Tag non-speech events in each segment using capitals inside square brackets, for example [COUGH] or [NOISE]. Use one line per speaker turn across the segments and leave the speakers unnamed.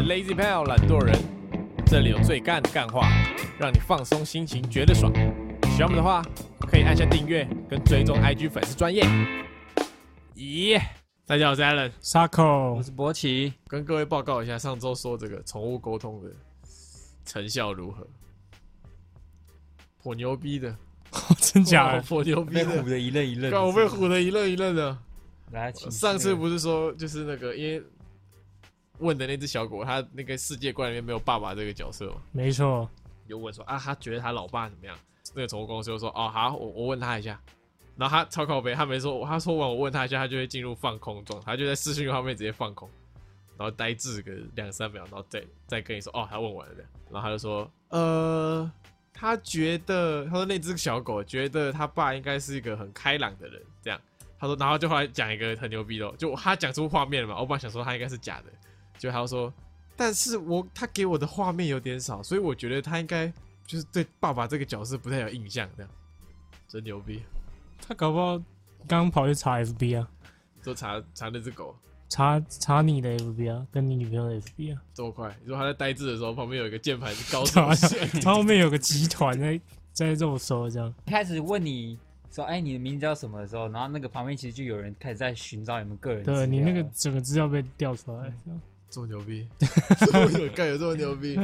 Lazy Pal 懒惰人，这里有最干的干话，让你放松心情，觉得爽。喜欢我们的话，可以按下订阅跟追踪 IG 粉丝专业。咦，大家好，我是 Alan，
Saco，
是博奇，
跟各位报告一下，上周说这个宠物沟通的成效如何？颇牛逼的，
[LAUGHS] 真假
哇
的？
颇牛逼
被唬
的，
的一愣一愣的。
干我被唬得一愣一愣的。
来，请
上次不是说就是那个因为问的那只小狗，它那个世界观里面没有爸爸这个角色嘛，
没错，
你就问说啊，他觉得他老爸怎么样？那个宠物公司就说哦好，我我问他一下。然后他超靠背，他没说，他说完我问他一下，他就会进入放空状态，他就在视讯画面直接放空，然后呆滞个两三秒，然后再再跟你说哦，他问完了这样，然后他就说呃，他觉得他说那只小狗觉得他爸应该是一个很开朗的人，这样他说，然后就后来讲一个很牛逼的哦，就他讲出画面了嘛，我本来想说他应该是假的，就他就说但是我他给我的画面有点少，所以我觉得他应该就是对爸爸这个角色不太有印象，这样真牛逼。
他搞不好刚跑去查 FB 啊，
就查查那只狗
查查你的 FB 啊，跟你女朋友的 FB [LAUGHS] 啊，
这么快，你说他在呆滞的时候，旁边有一个键盘是高手
查
[LAUGHS]
他后面有个集团在在肉搜这样，
一开始问你说，哎，你的名字叫什么的时候，然后那个旁边其实就有人开始在寻找你们个人资料
对你那个整个资料被调出来，这样
这么牛逼，这么有干有这么牛逼，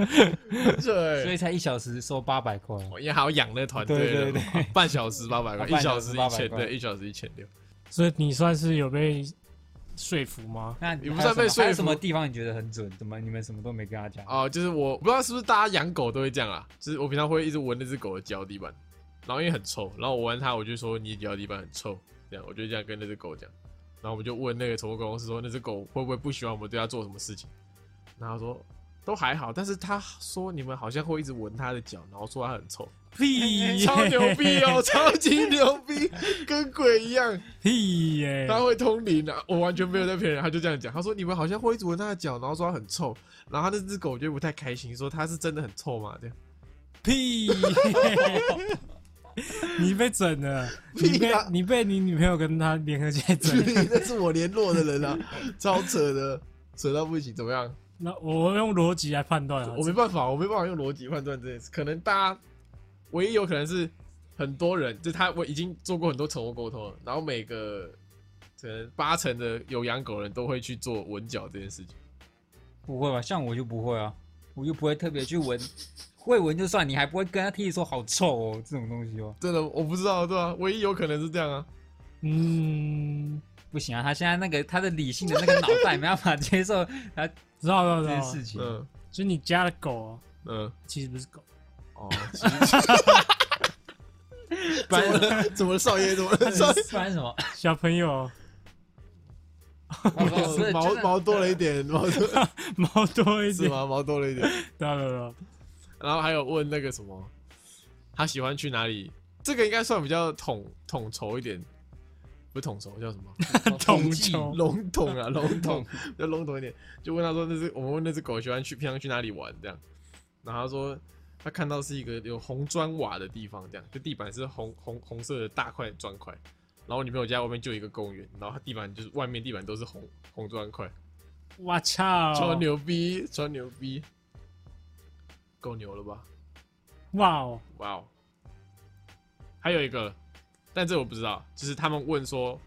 所
[LAUGHS] 对。
以才一小时收八百块，
因为还要养那个团队，
对
[LAUGHS]
对对
啊半小时八百块，
啊
一
半
小
小
时
时
一
800
千，
块
对，一小时一千六。
所以你算是有被说服吗？
那
你不算被
还有什么
说服
还有什么地方你觉得很准？怎么你们什么都没跟他讲？
哦，就是我不知道是不是大家养狗都会这样啊，就是我平常会一直闻那只狗的脚底板，然后因为很臭，然后我闻它，我就说你脚底板很臭，这样我就这样跟那只狗讲，然后我们就问那个宠物公司说那只狗会不会不喜欢我们对它做什么事情，然后它说都还好，但是他说你们好像会一直闻它的脚，然后说它很臭，
屁耶， [LAUGHS]
超牛逼哦，超级牛逼，跟鬼一样。
屁耶！
他会通灵啊！我完全没有在骗人，他就这样讲。他说你们好像会一直闻他的脚，然后说他很臭，然后他那只狗就不太开心，说他是真的很臭嘛？这样
屁！ [LAUGHS] 你被整了，你
屁
被
啊
你被你女朋友跟他联合起来整， [LAUGHS]
那是我联络的人啊，超扯的，扯到不行。怎么样？
那我用逻辑来判断啊
[LAUGHS] 我，没办法，我没办法用逻辑判断这件事。可能大家唯一有可能是很多人，就他我已经做过很多宠物沟通了，然后每个可能八成的有养狗人都会去做闻脚这件事情。
不会吧？像我就不会啊，我就不会特别去闻，会闻就啊算，你还不会跟他提说好臭哦这种东西哦。
真的，我不知道，对吧、唯一有可能是这样啊。
嗯，
不行啊，他现在那个他的理性的那个脑袋没办法接受他
知道知道知
这件
道
事，情。
嗯
就你家的狗、啊、
嗯。
其实不是狗，
哦，其实怎么了？ [LAUGHS] 怎么了少爷？怎么了？少爷
不然
[LAUGHS]
什么？
小朋友哦
不是
毛
就是
毛多了一点，毛多
毛多一
是
点，
吗？毛多了一点。
对了了，
然后还有问那个什么，他喜欢去哪里？这个应该算比较统统筹一点，不是统筹叫什么？
统
计
筹
笼统啊，笼统
统，
比较笼统一点。就问他说，那只我们问那只狗喜欢去平常去哪里玩这样，然后他说他看到是一个有红砖瓦的地方，这样就地板是红红红色的大块砖块，然后我女朋友家外面就有一个公园，然后它地板就是外面地板都是红红砖块，
我操，哦
超牛逼，超牛逼，够牛了吧？
哇哦，
哇哦！还有一个，但这我不知道，就是他们问说，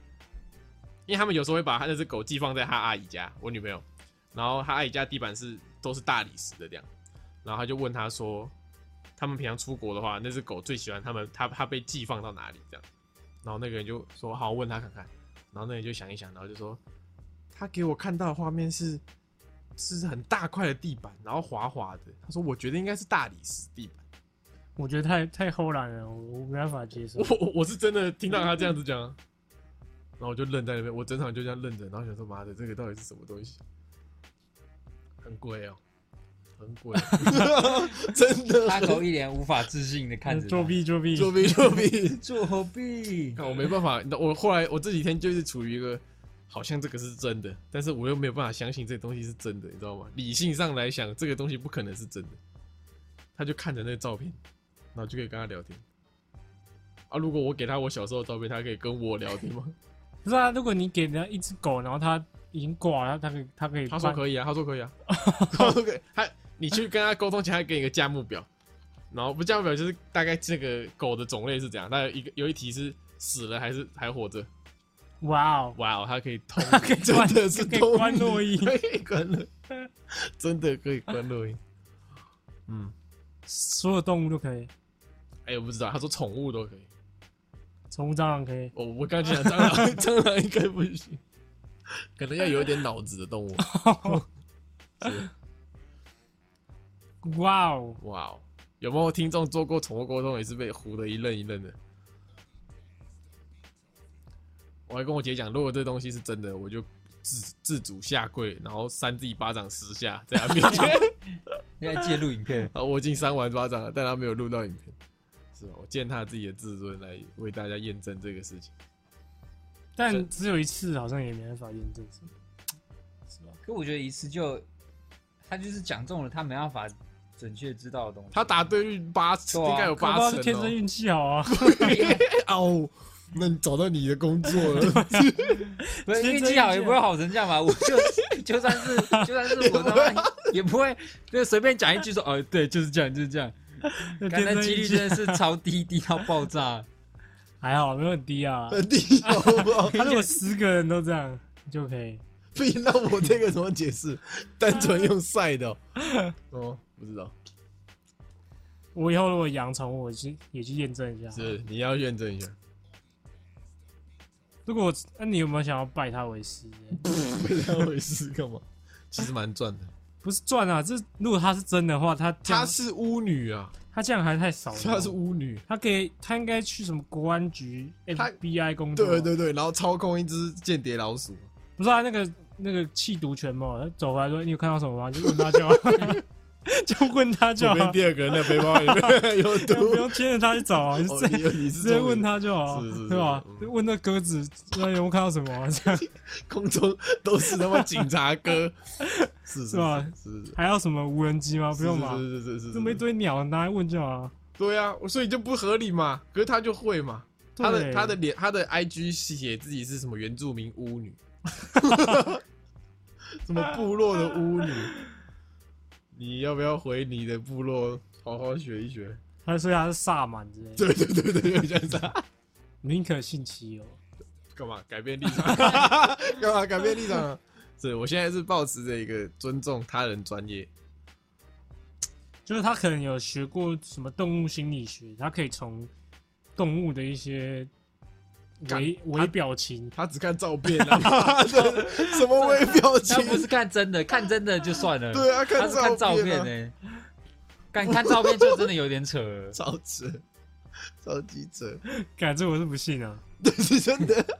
因为他们有时候会把他那只狗寄放在他阿姨家，我女朋友，然后他阿姨家地板是都是大理石的这样，然后他就问他说，他们平常出国的话，那只狗最喜欢他们，他他被寄放到哪里这样，然后那个人就说好，问他看看，然后那个人就想一想，然后就说，他给我看到的画面是。是很大块的地板，然后滑滑的。他说：“我觉得应该是大理石地板。”
我觉得太太偷懒了，我我没办法接受
我，我我是真的听到他这样子讲，然后我就愣在那边，我整场就这样愣着，然后想说妈的，这个到底是什么东西？很贵哦，很贵， [LAUGHS] 真的
大
很
狗一脸无法置信的看着他
作，弊作弊，
作弊作弊。
作弊。
看我没办法，我后来我这几天就是处于一个好像这个是真的，但是我又没有办法相信这东西是真的，你知道吗？理性上来想，这个东西不可能是真的。他就看着那个照片，然后就可以跟他聊天。啊，如果我给他我小时候的照片，他可以跟我聊天吗？
不是啊，如果你给人家一只狗，然后它一已经挂了，他可以他可以
他说
办
可以啊，他说可以
[LAUGHS]
啊，他说可以。他你去跟他沟通前，他给你一个价目表，然后不价目表就是大概这个狗的种类是怎样，它有一个有一题是死了还是还活着，
哇哦，
哇哦，它可以通，
可以
真
关
的是
可以
通
关
灵
录音
可以关录，真的可以关录音。嗯，
所有动物都可以，
哎、我不知道，他说宠物都可以。
宠物蟑螂可以，
我我刚才讲
[LAUGHS]
蟑螂，蟑螂应该不行，可能要有一点脑子的动
[LAUGHS]
物。是
哇哦，
哇哦，有没有听众做过宠物沟通也是被唬得一愣一愣的？我还跟我姐讲，如果这东西是真的，我就自自主下跪，然后扇自己巴掌十下，在她面前。
[LAUGHS]
你还记得录影片？
啊，我已经扇完巴掌了，但他没有录到影片，是吧？我践踏自己的自尊来为大家验证这个事情。是
但只有一次，好像也没办法验证什么，是吧？
可我觉得一次就他就是讲中了他没办法准确知道的东西。
他答对率八成，
对啊
应该有
搞
八
不好
成、
是
哦。
天生运气好啊，
[LAUGHS] 哦，那你找到你的工作了，
[LAUGHS]
[LAUGHS]
不
直
是
接
运
这
气
样
好也
见
不会好成这样吧？我就就算是就算是 [LAUGHS] 我他妈也不会就随便讲一句说哦对就是这样就是这样，
那
刚
天
才
生
几
运
率
气
真的是超低低到爆 [LAUGHS] 炸。
还好，没有很低啊。
很低好不好？
[LAUGHS] 他如果十个人都这样，就可以。
[LAUGHS] 毕竟那我这个怎么解 [LAUGHS] 释？单纯用晒的哦， [LAUGHS] 哦不知道，
我以后如果养宠物，我去也去验证一下。
是你要验证一下，
如果我那你有没有想要拜他为师？
[LAUGHS] 不知道回事干嘛？其实蛮赚的，
不是赚啊，这如果他是真的话，他这
她
样
是巫女啊，
他这样还太少了。
她是巫女，
他给他应该去什么国安局、
他
FBI 工作啊。
对对对，然后操控一只间谍老鼠，
不是啊，那个那个弃毒犬嘛，他走回来说你有看到什么吗？就问他
[LAUGHS]
就好，就问他就
左
好，
边
不
第二个人的背包里 [LAUGHS] 面有毒，
用牵着他去找啊，就
[LAUGHS] 哦
直
你
接
有你是
直接
中
问
女
他就好啊，
是是是
对吧？
嗯
就问那鸽子，那有没有看到什么啊？这样
空中都是他妈警察 [LAUGHS] 哥，是是
是吧
是是，
还要什么无人机吗？不用吧，
是是是是是，
这么一堆鸟，拿来问就好了。
对啊，所以就不合理嘛。可是他就会嘛，他的
对
他的脸，他的 IG 写自己是什么原住民巫女， [LAUGHS] 什么部落的巫女。你要不要回你的部落好好学一学？
他所以他是萨满之类的，
对对对对，有点啥？
宁可信其有。
[LAUGHS] 干嘛改变立场？ [LAUGHS] 干嘛改变立场啊？是我现在是保持着一个尊重他人专业，
就是他可能有学过什么动物心理学，他可以从动物的一些
干
微微表情，
他只看照片啊， [LAUGHS] 妈的什么微表情
他？不是看真的，看真的就算了，
对啊，
他是看照
片
片
啊。
呢、看看照片就真的有点扯了
[LAUGHS] 超扯，超级扯，
感这我是不信啊。
这 [LAUGHS] 是真的。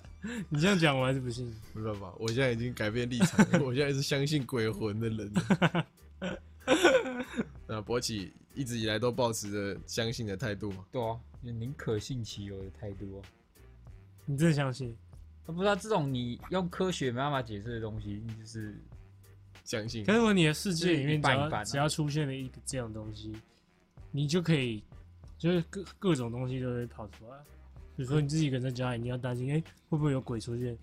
你这样讲我还是不信。
[LAUGHS] 没办法，我现在已经改变立场 [LAUGHS] 了，我现在是相信鬼魂的人 [LAUGHS] 了。那博奇一直以来都保持着相信的态度嘛，
对啊，就宁可信其有的态度啊。
你真的相信？
他不知道这种你用科学没办法解释的东西，你就是
相信
可是如果你的世界里
一
面只
半
要
一半啊
只要出现了一个这样的东西，你就可以就是各各种东西都会跑出来。比如说你自己一个人在家里，你要担心，哎、会不会有鬼出现，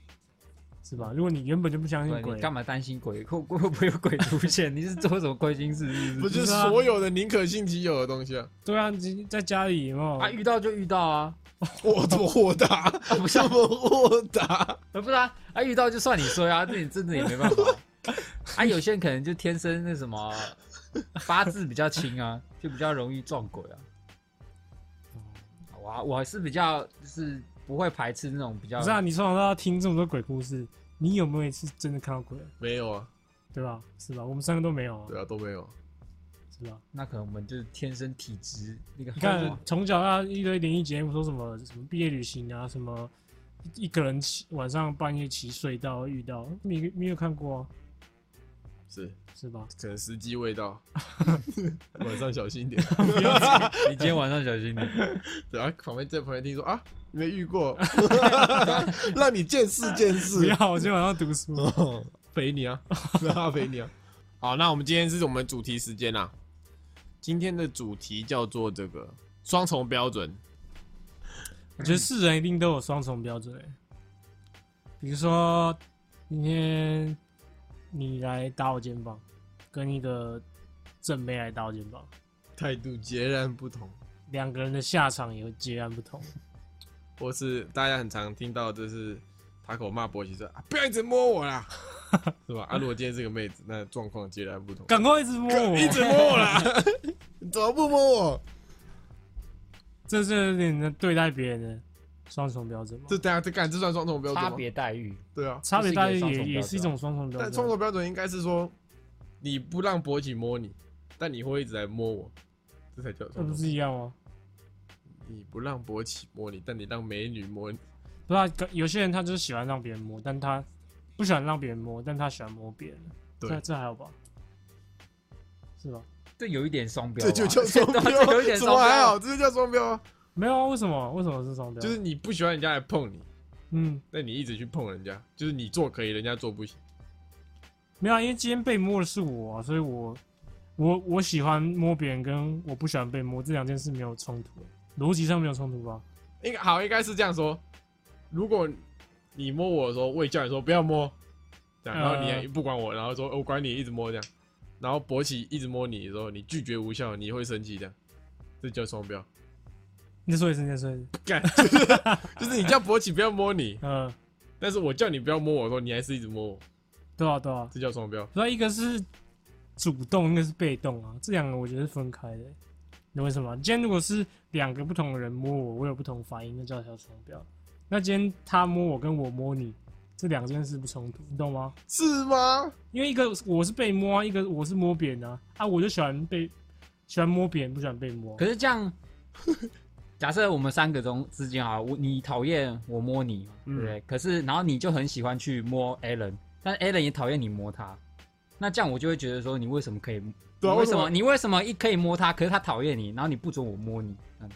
是吧？如果你原本就不相
不
信
然
鬼
嗯你，干嘛担心鬼会会会不会有鬼出现？你是做什么亏心事？是
不
不是？
是所有的宁可信其有的东西啊，
对啊，你在家里有没有？
啊，遇到就遇到啊，
[LAUGHS] 我这么豁 [LAUGHS] 达，
啊不是
这
啊，
么豁达，
啊不是啊，啊遇到就算你衰啊，这你真的也没办法。啊，有些人可能就天生那什么八字比较轻啊，就比较容易撞鬼啊。我啊我还是比较就是不会排斥那种比较
不是啊，你从小到大听这么多鬼故事，你有没有一次真的看到鬼？
[LAUGHS] 没有啊，
对吧？是吧？我们三个都没有、啊，
对啊，都没有啊，
是吧？
那可能我们就是天生体质那个。
你看，从小到大一堆灵异节目，说什么什么毕业旅行啊，什么一个人骑晚上半夜骑隧道遇到，你没有看过、啊，
是
是吧？
可能时机未 [LAUGHS] 到，晚上小心一点。
你今天晚上小心点。
对啊，旁边在旁边听说啊，没遇 [LAUGHS] 过，让你见识见识。
不要，我今天晚上读书。
哦，陪你啊， [LAUGHS] 他陪你啊。好，那我们今天是我们主题时间啦。今天的主题叫做这个双重标准，
我觉得世人一定都有双重标准、欸，比如说今天你来打我肩膀，跟一个正妹来打我肩膀，
态度截然不同。
两个人的下场也会截然不 [LAUGHS] 同。
或是大家很常听到，就是塔口骂波奇说、啊：“不要一直摸我 [LAUGHS] 啦，是吧？”啊，如果今天是个妹子，那状况截然不同。
赶快一直摸我，
一直摸我啦，你 [LAUGHS] 怎么不摸我？
这是有点对待别人的双重标准吗？
这等下这干这算双重标准
差
吗？
别待遇，
对啊，
差别待遇
这是一个双重
也
标准啊
也是一种双重标
但
准。
双重标准应该是说你不让博奇摸你，但你会一直来摸我，这才叫
啊那
双
不
重。
是一样吗？
你不让博奇摸你，但你让美女摸你，
不是、啊，有些人他就是喜欢让别人摸，但他不喜欢让别人摸，但他喜欢摸别人。
对
这这还好吧？是吧？
这有一点双标
这
吧，
就叫
[LAUGHS]
双标
对啊这有一，点
什
双
么还好？
标。
这就叫双标啊，
没有啊？为什么？为什么是双标？
就是你不喜欢人家来碰你，
嗯，
但你一直去碰人家，就是你做可以，人家做不行。
没有、啊，因为今天被摸的是我啊、所以我我我喜欢摸别人，跟我不喜欢被摸这两件事没有冲突，欸逻辑上没有冲突吧？
应该好，应该是这样说。如果你摸我的时候，我也叫你说不要摸，这样，然后你
呃
也不管我，然后说、哦我管你，一直摸这样。然后勃起一直摸你的时候，你拒绝无效，你会生气这样，这叫双标。
你再说一次，你再说一次。
干，就是 [LAUGHS] 就是你叫勃起不要摸你，
嗯、
但是我叫你不要摸我的时候，你还是一直摸我，
对啊，对啊。
这叫双标。
不知道一个是主动，一个是被动啊，这两个我觉得是分开的。你为什么？今天如果是两个不同的人摸我，我有不同反应，那叫条双标。那今天他摸我跟我摸你，这两件事不冲突，你懂吗？
是吗？
因为一个我是被摸、啊，一个我是摸别人啊，啊，我就喜欢被喜欢摸别人，不喜欢被摸
可。是这样， [LAUGHS] 假设我们三个中之间啊，我你讨厌我摸你嘛，对不对？
嗯
可是然后你就很喜欢去摸 Alan，但 Alan 也讨厌你摸他，那这样我就会觉得说，你为什么可以？
对啊
你
为
为什
什么
么你为什么一可以摸他，可是他讨厌你，然后你不准我摸你？嗯，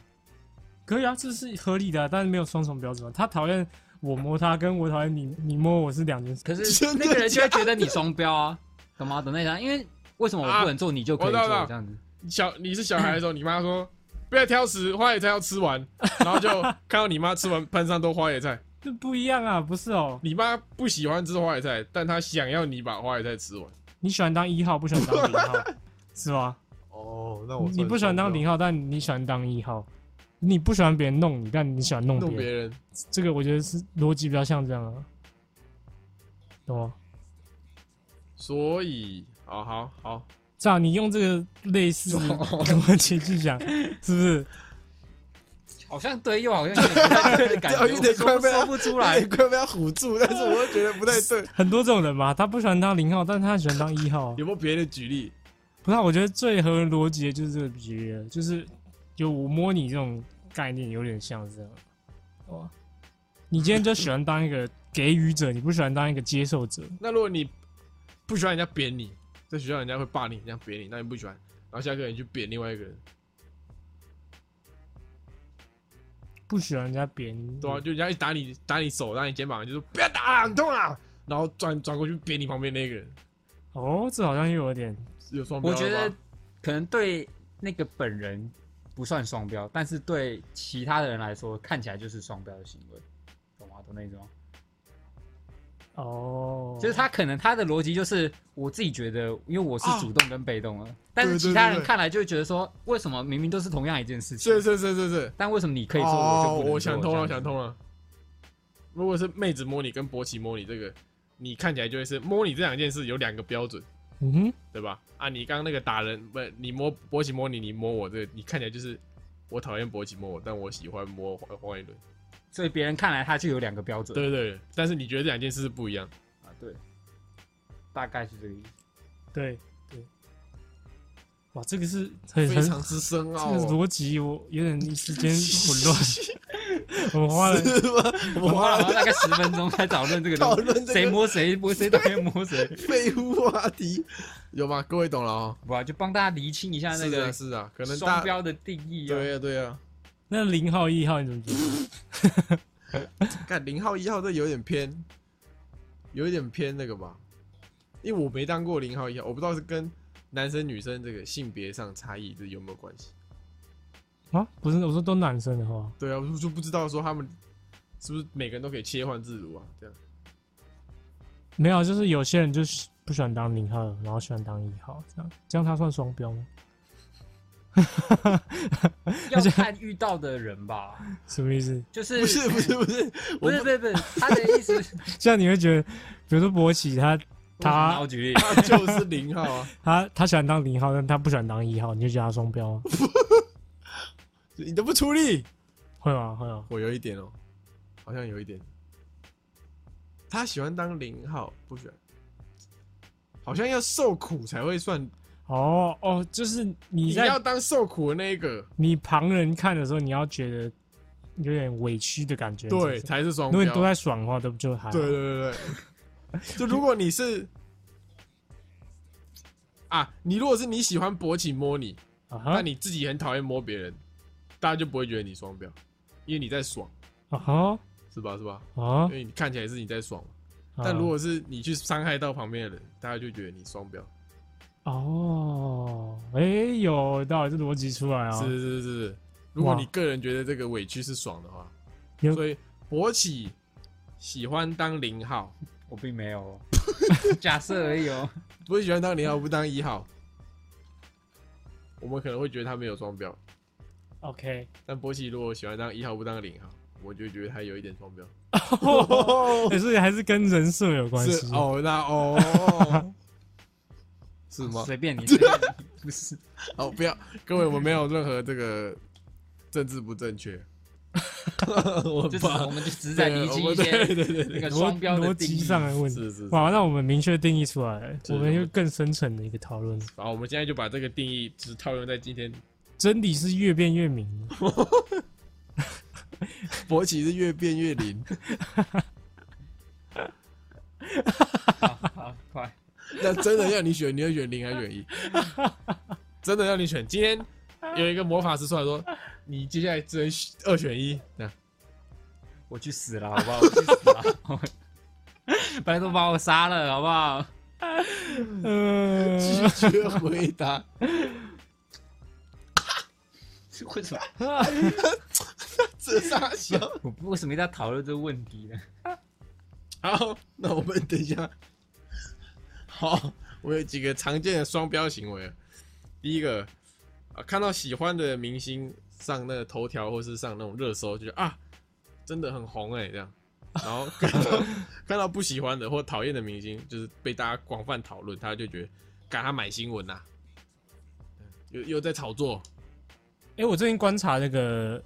可以啊，这是合理的啊、但是没有双重标准啊。他讨厌我摸他，跟我讨厌你你摸我是两件事。
可
真
是
的
那个人就会觉得你双标啊，懂吗？懂那张？因为为什么我不能做，你就可以
啊我知道
做这样子？
小你是小孩的时候，你妈说不要挑食，花野菜要吃完，然后就看到你妈吃完盘上都花野菜，
这不一样啊，不是哦。
你妈不喜欢吃花野菜，但她想要你把花野菜吃完。
你喜欢当一号，不喜欢当零号，是吧？
哦，那
你不喜欢当零号，但你喜欢当一号。你不喜欢别人弄你，但你喜欢弄
弄
别
别
人，
人，
这个我觉得是逻辑比较像这样啊，懂吗？
所以好好好，
这啊样你用这个类 [LAUGHS] 似的逻辑去想，是不是？
好像对，又好像有点
[LAUGHS]
不太对的感觉，
有点快
我
被
说
他
说不出来。
快被他唬住，但是我又觉得不太对。
很多这种人嘛，他不喜欢当零号，但他喜欢当一号啊。
有没有别的举例？
不是啊，我觉得最合逻辑的就是这个比喻了，就是有我摸你这种概念有点像这样。哇，你今天就喜欢当一个给予者，你不喜欢当一个接受者。
那如果你不喜欢人家扁你，在学校人家会霸凌，人家扁你，那你不喜欢，然后下课你去扁另外一个人，
不喜欢人家扁你，
对啊，就人家一打你，打你手，打你肩膀，就说不要打啦，很痛啊，然后转转过去扁你旁边那个人，
哦，这好像又有点，
有双标
我
了吧
觉得可能对那个本人不算双标，但是对其他的人来说，看起来就是双标的行为，懂吗？懂那种？
哦，
就是他可能他的逻辑就是我自己觉得，因为我是
啊
主动跟被动了，但是
对对
其他
对
人
对
看来就会觉得说，为什么明明都是同样一件事情
是，是是是是，
但为什么你可以做，我
哦
就不能，做？
我想通了，想通
了。
了。如果是妹子摸你跟勃起摸你，这个你看起来就会是摸你这两件事有两个标准，
嗯哼，
对吧？啊，你刚刚那个打人，不，你摸勃起摸你，你摸我，这个你看起来就是我讨厌勃起摸我，但我喜欢摸黄黄一伦，
所以别人看来他就有两个标准。
对对对。但是你觉得这两件事是不一样，
啊，对，大概是这个意思。
对对，哇，这个是很
非
很
常之深
这个
奥、哦。
逻辑，我有点一时间混
[LAUGHS]
乱，我们花了
是吗？我
花
花
了
了
大概十分钟在讨论这个
讨
东
论这个
西，谁摸谁，摸谁讨厌摸谁，
[LAUGHS] 废物话题，有吗？各位懂了哦。
哇，就帮大家厘清一下那
是啊
个
是啊，可能
双
大
标的定义啊。
对呀对呀。
那零号一号你怎么觉得？
看零号一号这有点偏，有一点偏那个吧，因为我没当过零号一号，我不知道是跟男生女生这个性别上差异这有没有关系。
啊，不是，我说都男生的话，
对啊，我就不知道说他们是不是每个人都可以切换自如啊，这样
没有，就是有些人就是不喜欢当零号，然后喜欢当一号，这样这样他算双标吗？
要
[LAUGHS]
看遇到的人吧，
什么意思？
就是
不是不是不是，[LAUGHS]
不
我
是
不
不是不是，他的意思，
这样你会觉得，比如说博奇他
那
[LAUGHS] 他
我举例，
他就是零号啊， [LAUGHS]
他他喜欢当零号，但他不喜欢当一号，你就觉得他双标啊，
你都不出力，
会吗？会吗？
我有一点哦、好像有一点。他喜欢当零号，不喜欢，好像要受苦才会算。
哦哦，就是你
你
在
要当受苦的那一个，
你旁人看的时候，你要觉得有点委屈的感觉。
对，
是不是
才是双
如果
标。
你都在爽的话，都就还好
对对对对， [LAUGHS] 就如果你是啊，你如果是你喜欢勃起摸你，
啊哈
那你自己很讨厌摸别人，大家就不会觉得你双标，因为你在爽，
啊哈
是吧？是吧？
啊
因！为你看起来是你在爽嘛，
啊
但如果是你去伤害到旁边的人，大家就觉得你双标。
哦，哎，有道理，这逻辑出来啊，
是是是是，如果
哇
你个人觉得这个委屈是爽的话，
有
所以勃起喜欢当零号， [LAUGHS]
我并没有哦，假设而已哦。
不是喜欢当零号，不当一号，我们可能会觉得他没有双标。
OK。
[LAUGHS] 但波奇如果喜欢当一号不当零号，我就觉得他有一点双标。
欸所以还是跟人设有关
是
系。
哦，那哦， [LAUGHS] [LAUGHS] 是吗？
随
[LAUGHS]
便你，随便你不是
哦，不要，各位，我们没有任何这个政治不正确。 [LAUGHS] 我
就是
怕
[LAUGHS] 我们就只是在
对
厘清
我们
一
对
些
对对
那
对，
个
逻
双标的
逻
定
辑
义。
[LAUGHS]
啊
上的问题。
是是。
哇，那我们明确定义出来了，
是
我们有更深层的一个讨论。
然后我们现在就把这个定义只套用在今天，
真理是越辩越明的。
博奇是越变越灵。
好好快，
[LAUGHS] 那真的要你选，你会选零还是选 [LAUGHS] 一？真的要你选，今天有一个魔法师出来说，你接下来只能选二选一，这样。
我去死了，好不好？我去死了，拜托把我杀了，好
[LAUGHS]
不好？
呃，
拒绝回答。
为什么？
这傻笑。
[LAUGHS] 我为什么一定要讨论这个问题呢？
好，那我们等一下。好，我有几个常见的双标行为。第一个啊，看到喜欢的明星上那个头条或是上那种热搜，就觉得啊，真的很红哎、这样。然后看到 [LAUGHS] 看到不喜欢的或讨厌的明星，就是被大家广泛讨论，他就觉得，赶他买新闻呐、又又在炒作，
哎，我最近观察那个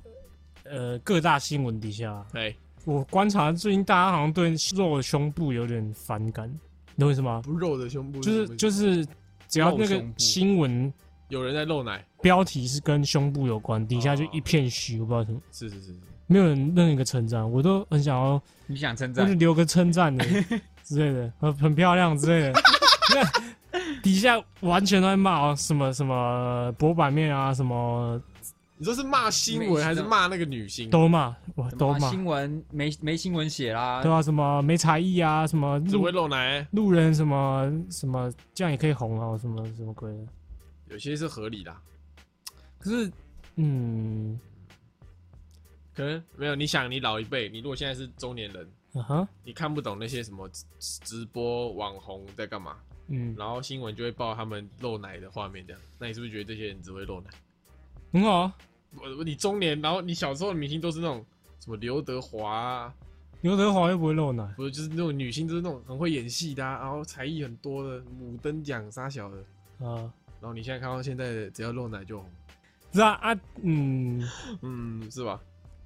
呃各大新闻底下，
哎，
我观察最近大家好像对肉的胸部有点反感，你懂我意思吗？
不肉的胸部
就
什么意
是
思
就是，只要那
露
个
胸部
新闻
有人在露奶，
标题是跟胸部有关，底
啊
下就一片虚，我不知道什么，
是是是，
没有人任何一个称赞，我都很想要。
你想称
我就
赞？
留个称赞
[LAUGHS]
的之类的，很很漂亮之类的。那
[LAUGHS]
底下完全都在骂哦，什么什么薄板面啊，什么
你说是骂新闻还是骂那个女星？
都骂，哇
怎
都
么啊
骂，
新闻没没新闻写啦
对？啊，什么没才艺啊，什么
只
路
会露奶，欸
路人什么什么这样也可以红啊，什么什么鬼的。
有些是合理啊啦。
可是，嗯，
可能没有，你想你老一辈，你如果现在是中年人，
啊哈，
你看不懂那些什么直直播网红在干嘛，
嗯，
然后新闻就会报他们露奶的画面这样，那你是不是觉得这些人只会露奶？
很好啊。
我你中年，然后你小时候的明星都是那种什么刘德华、啊，
刘德华又不会露奶，
不是就是那种女星，就是那种很会演戏的、啊，然后才艺很多的，五等奖啥小的，
啊，
然后你现在看到现在的只要露奶就红，
是啊啊，嗯，
嗯，是 [LAUGHS] 吧？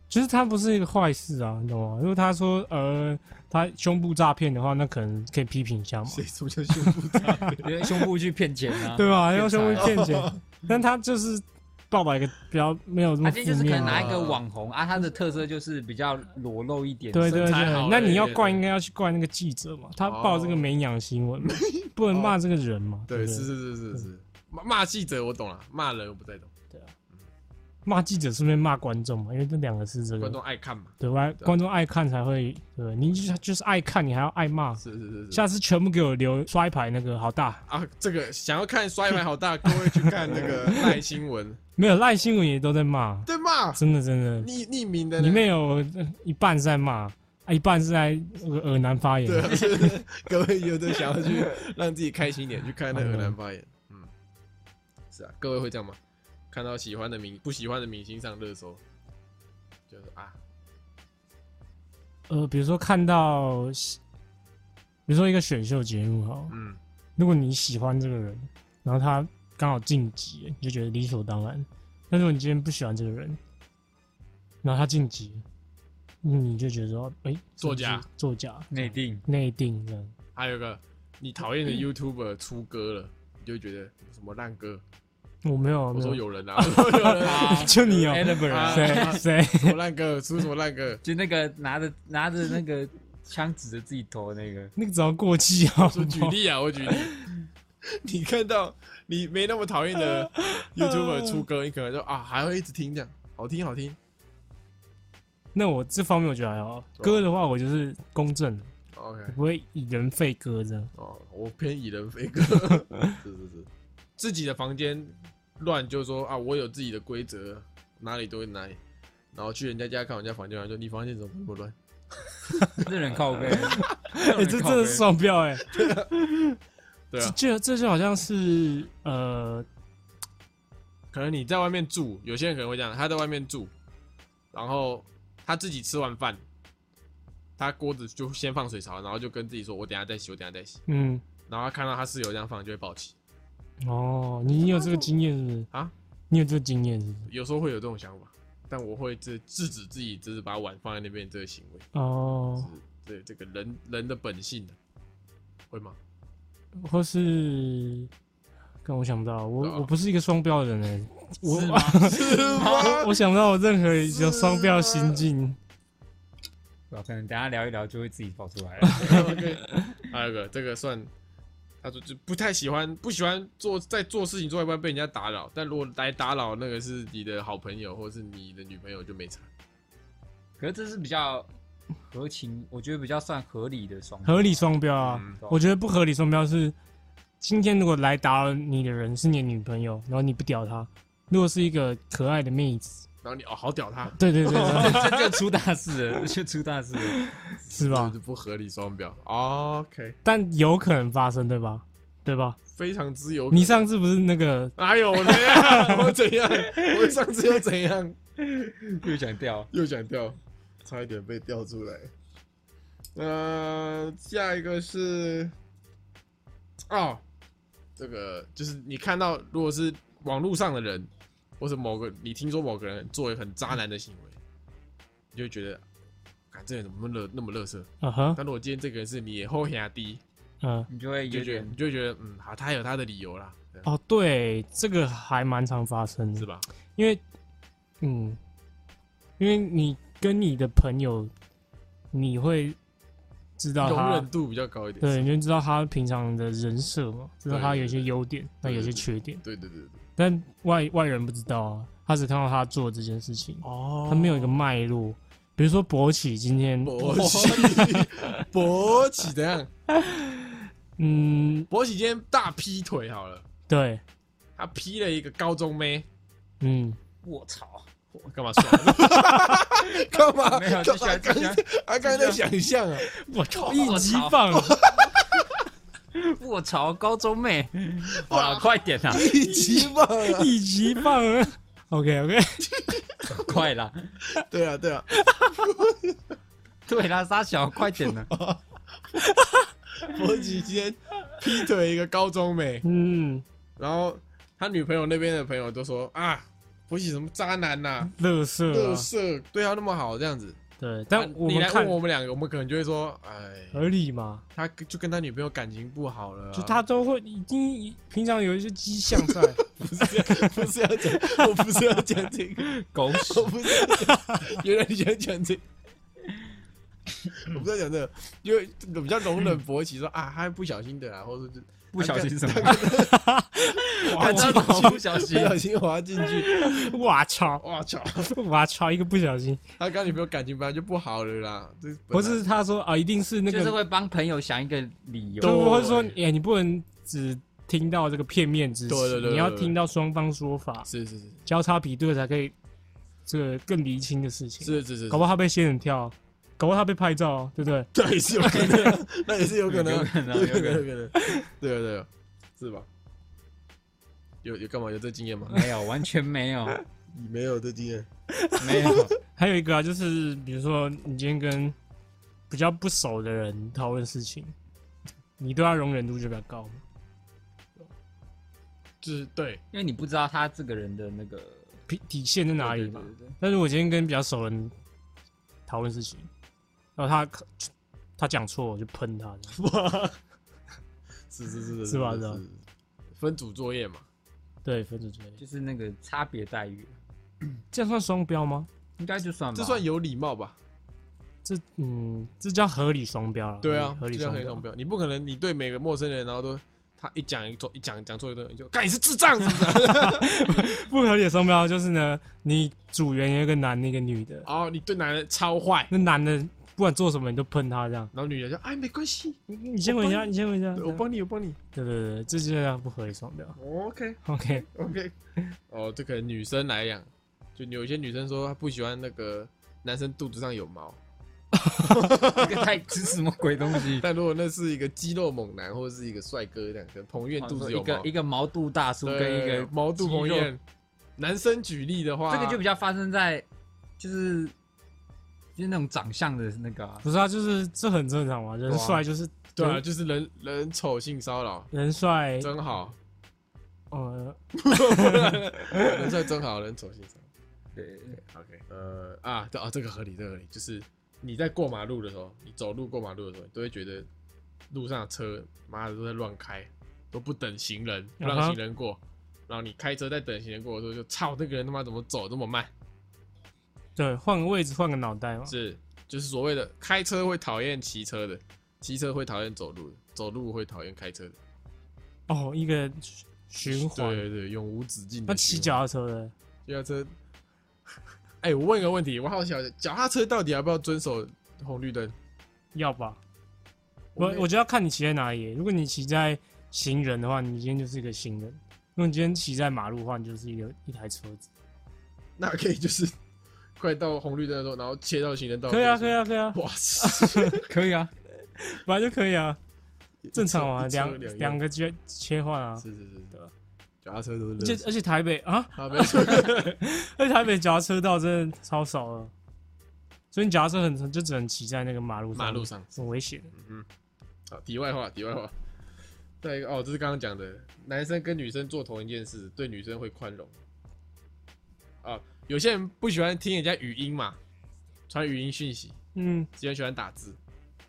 就是他不是一个坏事啊，你懂吗？如果他说呃，他胸部诈骗的话，那可能可以批评一下嘛，
谁出现胸 [LAUGHS] 部大？
用胸部去骗钱啊？
[LAUGHS] 对吧？
骗
要胸
财
部
啊
骗
[LAUGHS]
钱，但他就是报道一个比较没有这
他
么
今天就
负
是可
面
能拿
啊。
一个网红啊，他的特色就是比较裸露一点。
对对
身材好
对，那
了
你要
也
怪应该要去怪那个记者嘛，他报这个没营养
[LAUGHS]
新闻嘛，不能骂这个人嘛。
哦对，
不
是是是是是，骂骂记者我懂了，骂人我不太懂，
骂记者顺便骂观众嘛，因为这两个是这
观
个
众爱看嘛。
对外
对啊
观众爱看才会对，你就是就是爱看，你还要爱骂。
是是是是
下次全部给我留摔牌那个好大，
啊，这个想要看摔牌好大，各位去看那 [LAUGHS] 个赖新闻，
没有赖新闻也都在骂，
对嘛？
真的真的。
匿匿名的
里
那个
面有呃一半是在骂，啊一半是在耳耳南发炎，
对啊，就是各位有的想要去让自己开心一点，去看那荷兰发言。 [LAUGHS] 嗯，是啊，各位会这样吗？看到喜欢的明不喜欢的明星上热搜，就是啊，
呃，比如说看到，比如说一个选秀节目哈，
嗯，
如果你喜欢这个人，然后他刚好晋级了，你就觉得理所当然；但如果你今天不喜欢这个人，然后他晋级了，你就觉得说，哎、
作假
是不是作假，
内
[LAUGHS]
定
内定这样。
还有一个你讨厌的 YouTuber 出歌了，你就觉得什么烂歌？
我没有，
我
没
说
有，
有人啊，我说有人啊，
[LAUGHS] 就你有
e l e b r
啊
a
谁谁？ [LAUGHS]
什么烂歌，出什么烂歌？
就那个拿着拿着那个枪指着自己头的那个，
那个只要过期啊！
[LAUGHS] 我举例啊，我举例。你看到你没那么讨厌 [LAUGHS] 的 YouTuber 出歌，你可能就啊还会一直听这样，好听好听。
那我这方面我觉得还好。
啊
歌的话，我就是公正，
OK，
我不会以人废歌这样。
哦，我偏以人 [LAUGHS] 废歌，是是是，自己的房间乱就说啊，我有自己的规则，哪里都会哪里，然后去人家家看人家房间，然后说你房间怎么那么乱？
这人靠背，
[LAUGHS] 哎、这真的是双标哎、
对啊，
这这就好像是呃，
可能你在外面住，有些人可能会这样，他在外面住，然后他自己吃完饭，他锅子就先放水槽，然后就跟自己说，我等一下再洗，我等一下再洗，
嗯，
然后他看到他室友这样放就会暴起，
哦，你有这个经验是不是？
啊，
你有这个经验是不是？
有时候会有这种想法，但我会制制止自己，就是把碗放在那边这个行为。
哦，
是对这个人人的本性的，会吗？
或是，刚我想不到，
对啊
我我不是一个双标的人哎、我
是吗？
是吗？
[LAUGHS] 我想不到我任何有双标心境。
对啊可能等一下聊一聊就会自己跑出来了。
[LAUGHS] 还有一个这个算，他说就不太喜欢，不喜欢做在做事情做一半被人家打扰，但如果来打扰那个是你的好朋友或是你的女朋友就没差。
可是这是比较合情，我觉得比较算合理的双
合理双标啊，
嗯
我觉得不合理双标是，今天如果来打扰你的人是你的女朋友，然后你不屌她，如果是一个可爱的妹子，
然后你哦好屌他，
对对对
[LAUGHS]
对，
这这就出大事了，这就出大事了。
是
这
吧
是？不合理双标。OK，哦
但有可能发生，对吧？对吧？
非常之有可能。
你上次不是那个
哪有我怎样？ [LAUGHS] 我怎样？我上次又怎样？
又想掉，
又想掉，差一点被掉出来。呃，下一个是哦，这个就是你看到如果是网络上的人，或者某个你听说某个人做很渣男的行为，你就会觉得，啊，这人怎么那么乐那么乐色？
啊哈
但如果今天这个人是你的后兄弟，
嗯
你就会
你就
有
觉得
点
你就会觉得嗯，好，他有他的理由啦，这样
哦对，这个还蛮常发生
是
的，
吧？
因为嗯，因为你跟你的朋友，你会知道
容
啊他
忍度比较高一点。
对，你就知道他平常的人设嘛，知道
对
他
对
有一些
对
优点，那
对
有
对
些
对
缺点，
对对对对对。
但外外人不知道啊，他只看到他做这件事情，
哦
他没有一个脉络。比如说博起今天，
勃起，勃起怎样？
嗯，
勃起今天大劈腿好了，
对，
他劈了一个高中妹，
嗯，
我操，
我 [LAUGHS] 干嘛爽？干嘛？
没有就
干
喜
嘛？
欢
刚
就喜欢
他刚才在想象啊，
我操
一
一
级
级棒，
我操，高中 [LAUGHS] 妹，好了，快点啊啦，
一级棒啊！
一级棒，OK [LAUGHS] OK，
[LAUGHS] 快啦，
对啊，对啊，
对啦，沙小，快点啊 [LAUGHS] 啦，
勃起今天劈腿一个高中妹，
嗯，
然后他女朋友那边的朋友都说啊，勃起什么渣男呐、
乐
啊，
色
乐
啊，
色对他那么好这样子。
对，但
啊
我
你
们
来问
看
我们两个，我们可能就会说，哎，
合理嘛，
他就跟他女朋友感情不好了啊、
就他都会已经平常有一些迹象在，
不是要不是要讲，我不是要讲这个，
狗屎
我，不是要讲，原来你想讲这个，我不是要讲这个，因为比较容忍勃起说啊，他不小心的啊，或者是
不小心什么， [LAUGHS]
他
我操不小
不
[LAUGHS] 心，
小心滑进去，
[LAUGHS] 哇操，
哇操，
哇操，一个不小心，
他跟女朋友感情本来就不好了啦，这
不
本来
是他说啊，一定是那
就是
个，
会帮朋友想一个理由，
就会说，
对
哎，你不能只听到这个片面之
对对
词
对，对
你要
对
听到双方说法，
是是是
交叉比对才可以，这个更厘清的事情，
是是是，
搞不好他被仙人跳，搞不好他被拍照啊，对不对？
那也是有可能啊，那也是 [LAUGHS] 有可能啊，
有可能啊
有可能，
有可
有可能，对啊，对啊，是吧？有有干嘛？有这经验吗？
[LAUGHS] 没有，完全没有，
你没有这经验，
没有。
还有一个啊，就是比如说你今天跟比较不熟的人讨论事情，你对他容忍度就比较高嘛。
就是对，
因为你不知道他这个人的那个
底底线在哪里嘛
对？对对
但是我今天跟比较熟的人讨论事情，然后他他讲错，我就喷他这样。
[LAUGHS] 是是是
是吧
是
是吧
分组作业嘛，
对，分组作业
对，就是那个差别待遇，
这样算双标吗？
应该就算吧。
这
[LAUGHS]
算有礼貌吧？
这嗯，这叫合理双标了。
对啊，
合理
这样
双
很
标
双。标。你不可能你对每个陌生人，然后都他一讲一做一讲讲错一顿，你就干你是智障是不是？ [LAUGHS]
不合理的双标就是呢，你组员有一个男的，一个女的，
哦，你对男人超坏，
那男的不管做什么你都喷他这样。
然后女人就哎没关系，
你你先问一
我
下，
帮
你先问一下。
我帮你，我帮你。哦
对对对，这就叫不合理双标。
OK
OK，
OK，哦，这可能女生来讲，就有一些女生说她不喜欢那个男生肚子上有毛，？
这个太这是什么鬼东西
[LAUGHS] 但如果那是一个肌肉猛男或者是一个帅哥这样，可能彭于晏肚子有
[LAUGHS] 一个
毛
一，个毛肚大叔跟一
对
个
毛肚
肌肉
彭于晏。男生举例的话，
这个就比较发生在就是就是那种长相的那个啊、
不是啊，就是这很正常嘛，人
对啊
帅就是
对啊，
人
就是人人丑性骚扰，
人帅，
真好，
呃，
人帅真好，人丑性骚
对，对
扰。OK，呃啊，这啊这个合理，这个合理，就是你在过马路的时候，你走路过马路的时候，你都会觉得路上的车妈的都在乱开，都不等行人，不让
嗯哼
行人过。然后你开车在等行人过的时候，就操那个人他妈怎么走这么慢？
对，换个位置，换个脑袋嘛。
是就是所谓的开车会讨厌骑车的，骑车会讨厌走路的，走路会讨厌开车的。
哦，一个循循
对
环。
对对，永无止境的循环。
那骑脚踏车的，
脚踏车。 [LAUGHS] 哎、我问一个问题，我好奇，啊脚踏车到底要不要遵守红绿灯？
要吧？
我
我
没
我就要看你骑在哪里。如果你骑在行人的话，你今天就是一个行人；如果你今天骑在马路的话，你就是一个一台车子。
那可以就是 [LAUGHS] 快到红绿灯的时候，然后切到行人道。
可以啊，可以。啊，可以啊，
哇塞，
可以啊，
本来就可以啊， [LAUGHS] 正常
[LAUGHS]
啊，
一车
两
两
两
个。
个切切换啊。
是是是，
对啊
脚踏车都
而且
是。
而且台北啊，
啊，没错，
[LAUGHS] 而且台北脚踏车道真的超少了，所以你脚踏车很就只能骑在那个马路上，
马路上。
很危险。
好，题外话，题外话。再一个哦，这是刚刚讲的，男生跟女生做同一件事，对女生会宽容。啊，有些人不喜欢听人家语音嘛，传语音讯息，
嗯
今天喜欢打字。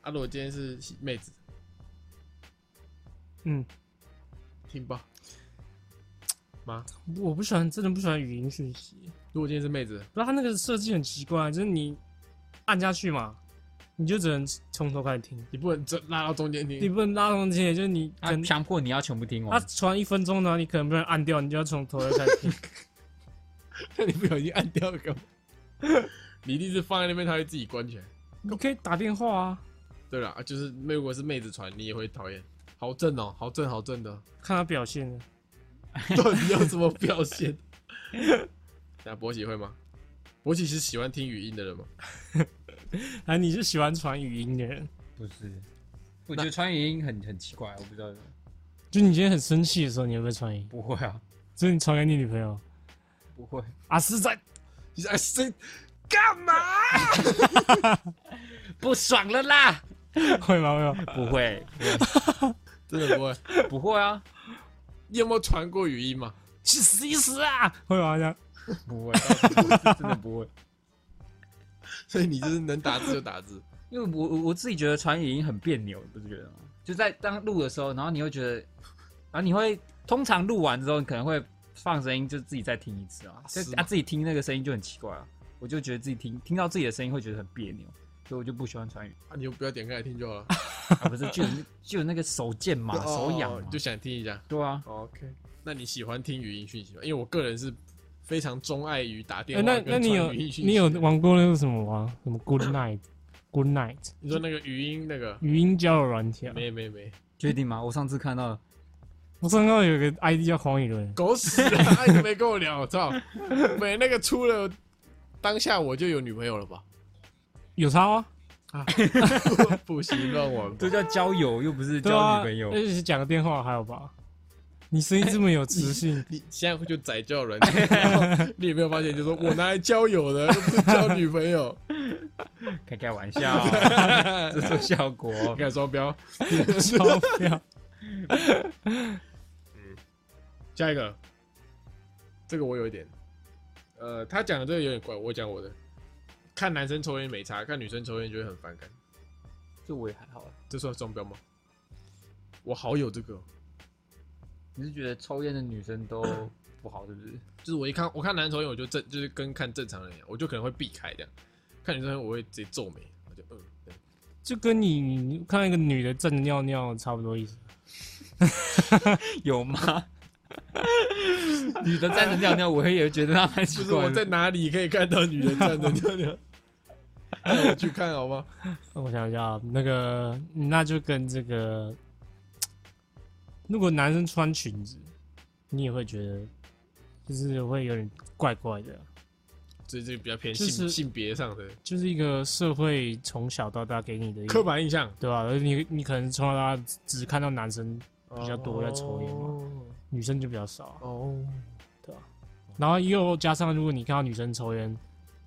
啊，如果今天是妹子，
嗯，
听吧。妈，
我不喜欢，真的不喜欢语音讯息。
如果今天是妹子，
不是它那个设计很奇怪，就是你按下去嘛，你就只能从头开始听，
你不能这拉到中间
你
听，
不能拉中间，就是你可
他
能
强迫你要全部听
他
完，
传一分钟呢，你可能被人按掉，你就要从头开始
[LAUGHS]
听。
那 [LAUGHS] 你不小心按掉个， [LAUGHS] 你一定是放在那边，它会自己关起来。
你可以打电话啊，
对了，啊就是妹如果是妹子传，你也会讨厌。好正哦、好正好正的， [LAUGHS]
看他表现啊。
到底要怎么表现？ [LAUGHS] 那博喜会吗？博喜是喜欢听语音的人吗？
哎，你是喜欢传语音的人，
不是？我觉得穿语音很很奇怪，我不知道， [LAUGHS]
就你今天很生气的时候，你会不会传语音？
不会啊，
就是你传给你女朋友
不会，
啊，是在
你在哎谁干嘛？ [LAUGHS]
不爽了啦，
[LAUGHS] 会吗？会吗？
不会， [LAUGHS]
真的不会？
不会啊，
你有没有传过语音嘛？
去死一死啊！会吗？这样
不会，真的不会。
[LAUGHS] 所以你就是能打字就打字。
因为我我我自己觉得传语音很别扭，你不觉得吗？就在当录的时候，然后你会觉得，然后你会通常录完之后，你可能会放声音，就自己再听一次啊。就是
吗
啊，自己听那个声音就很奇怪啊。我就觉得自己听听到自己的声音会觉得很别扭，所以我就不喜欢传语、
啊，你就不要点开来听就好了。
啊。不是，就有那 [LAUGHS] 就有那个手贱嘛，手痒
哦
嘛
你就。想听一下。
啊对啊，
OK，那你喜欢听语音讯息吗？因为我个人是非常钟爱于打电
哎，
话
那
跟
那
传
你有
语音讯息的。
你有玩过那个什么吗？什么 [LAUGHS] Good Night，Good Night
你说那个语音那个？
语音交友软体啊？
没没没，
确定吗？我上次看到了
我刚刚有一个 ID 叫黄以伦，
狗屎啊！哎，你没跟我聊，我操！没那个出了，当下我就有女朋友了吧？ [LAUGHS]
有他吗？
啊，不行，乱玩吧，
这叫交友，又不是
对
交
啊，
女朋友。
而且讲个电话还好吧？你声音这么有磁性
你现在就宰教人，然
[LAUGHS]
后你有没有发现？就说我拿来交友的，又不是交女朋友。
开开玩笑， [LAUGHS] 这做效果。
你看双标，
超妙。
下一个，这个我有一点，呃，他讲的这个有点怪，我讲我的。看男生抽烟没差，看女生抽烟就会很反感，
这我也还好啊。
这算双标吗？我好有这个哦，
你是觉得抽烟的女生 [LAUGHS] 都不好，是不是？
就是我一看我看男生抽烟，我就正就是跟看正常人一样，我就可能会避开这样。看女生抽烟我会直接皱眉，我就嗯，对
就跟你你看一个女的站着尿尿差不多意思。
有吗？ [LAUGHS] 女的站着尿尿，我也觉得她蛮
就
奇
是
怪
我
的。
在哪里可以看到女人 [LAUGHS] 站着尿尿？带我去看好吗？
我想一下啊，那个那就跟这个，如果男生穿裙子，你也会觉得就是会有点怪怪的，
这这比较偏
就
性、
是
性别上的
就是一个社会从小到大给你的一个
刻板印象
对吧、而你你可能从小到大只看到男生，比较多在抽烟
嘛。
女生就比较少啊、
哦，
然后又加上，如果你看到女生抽烟，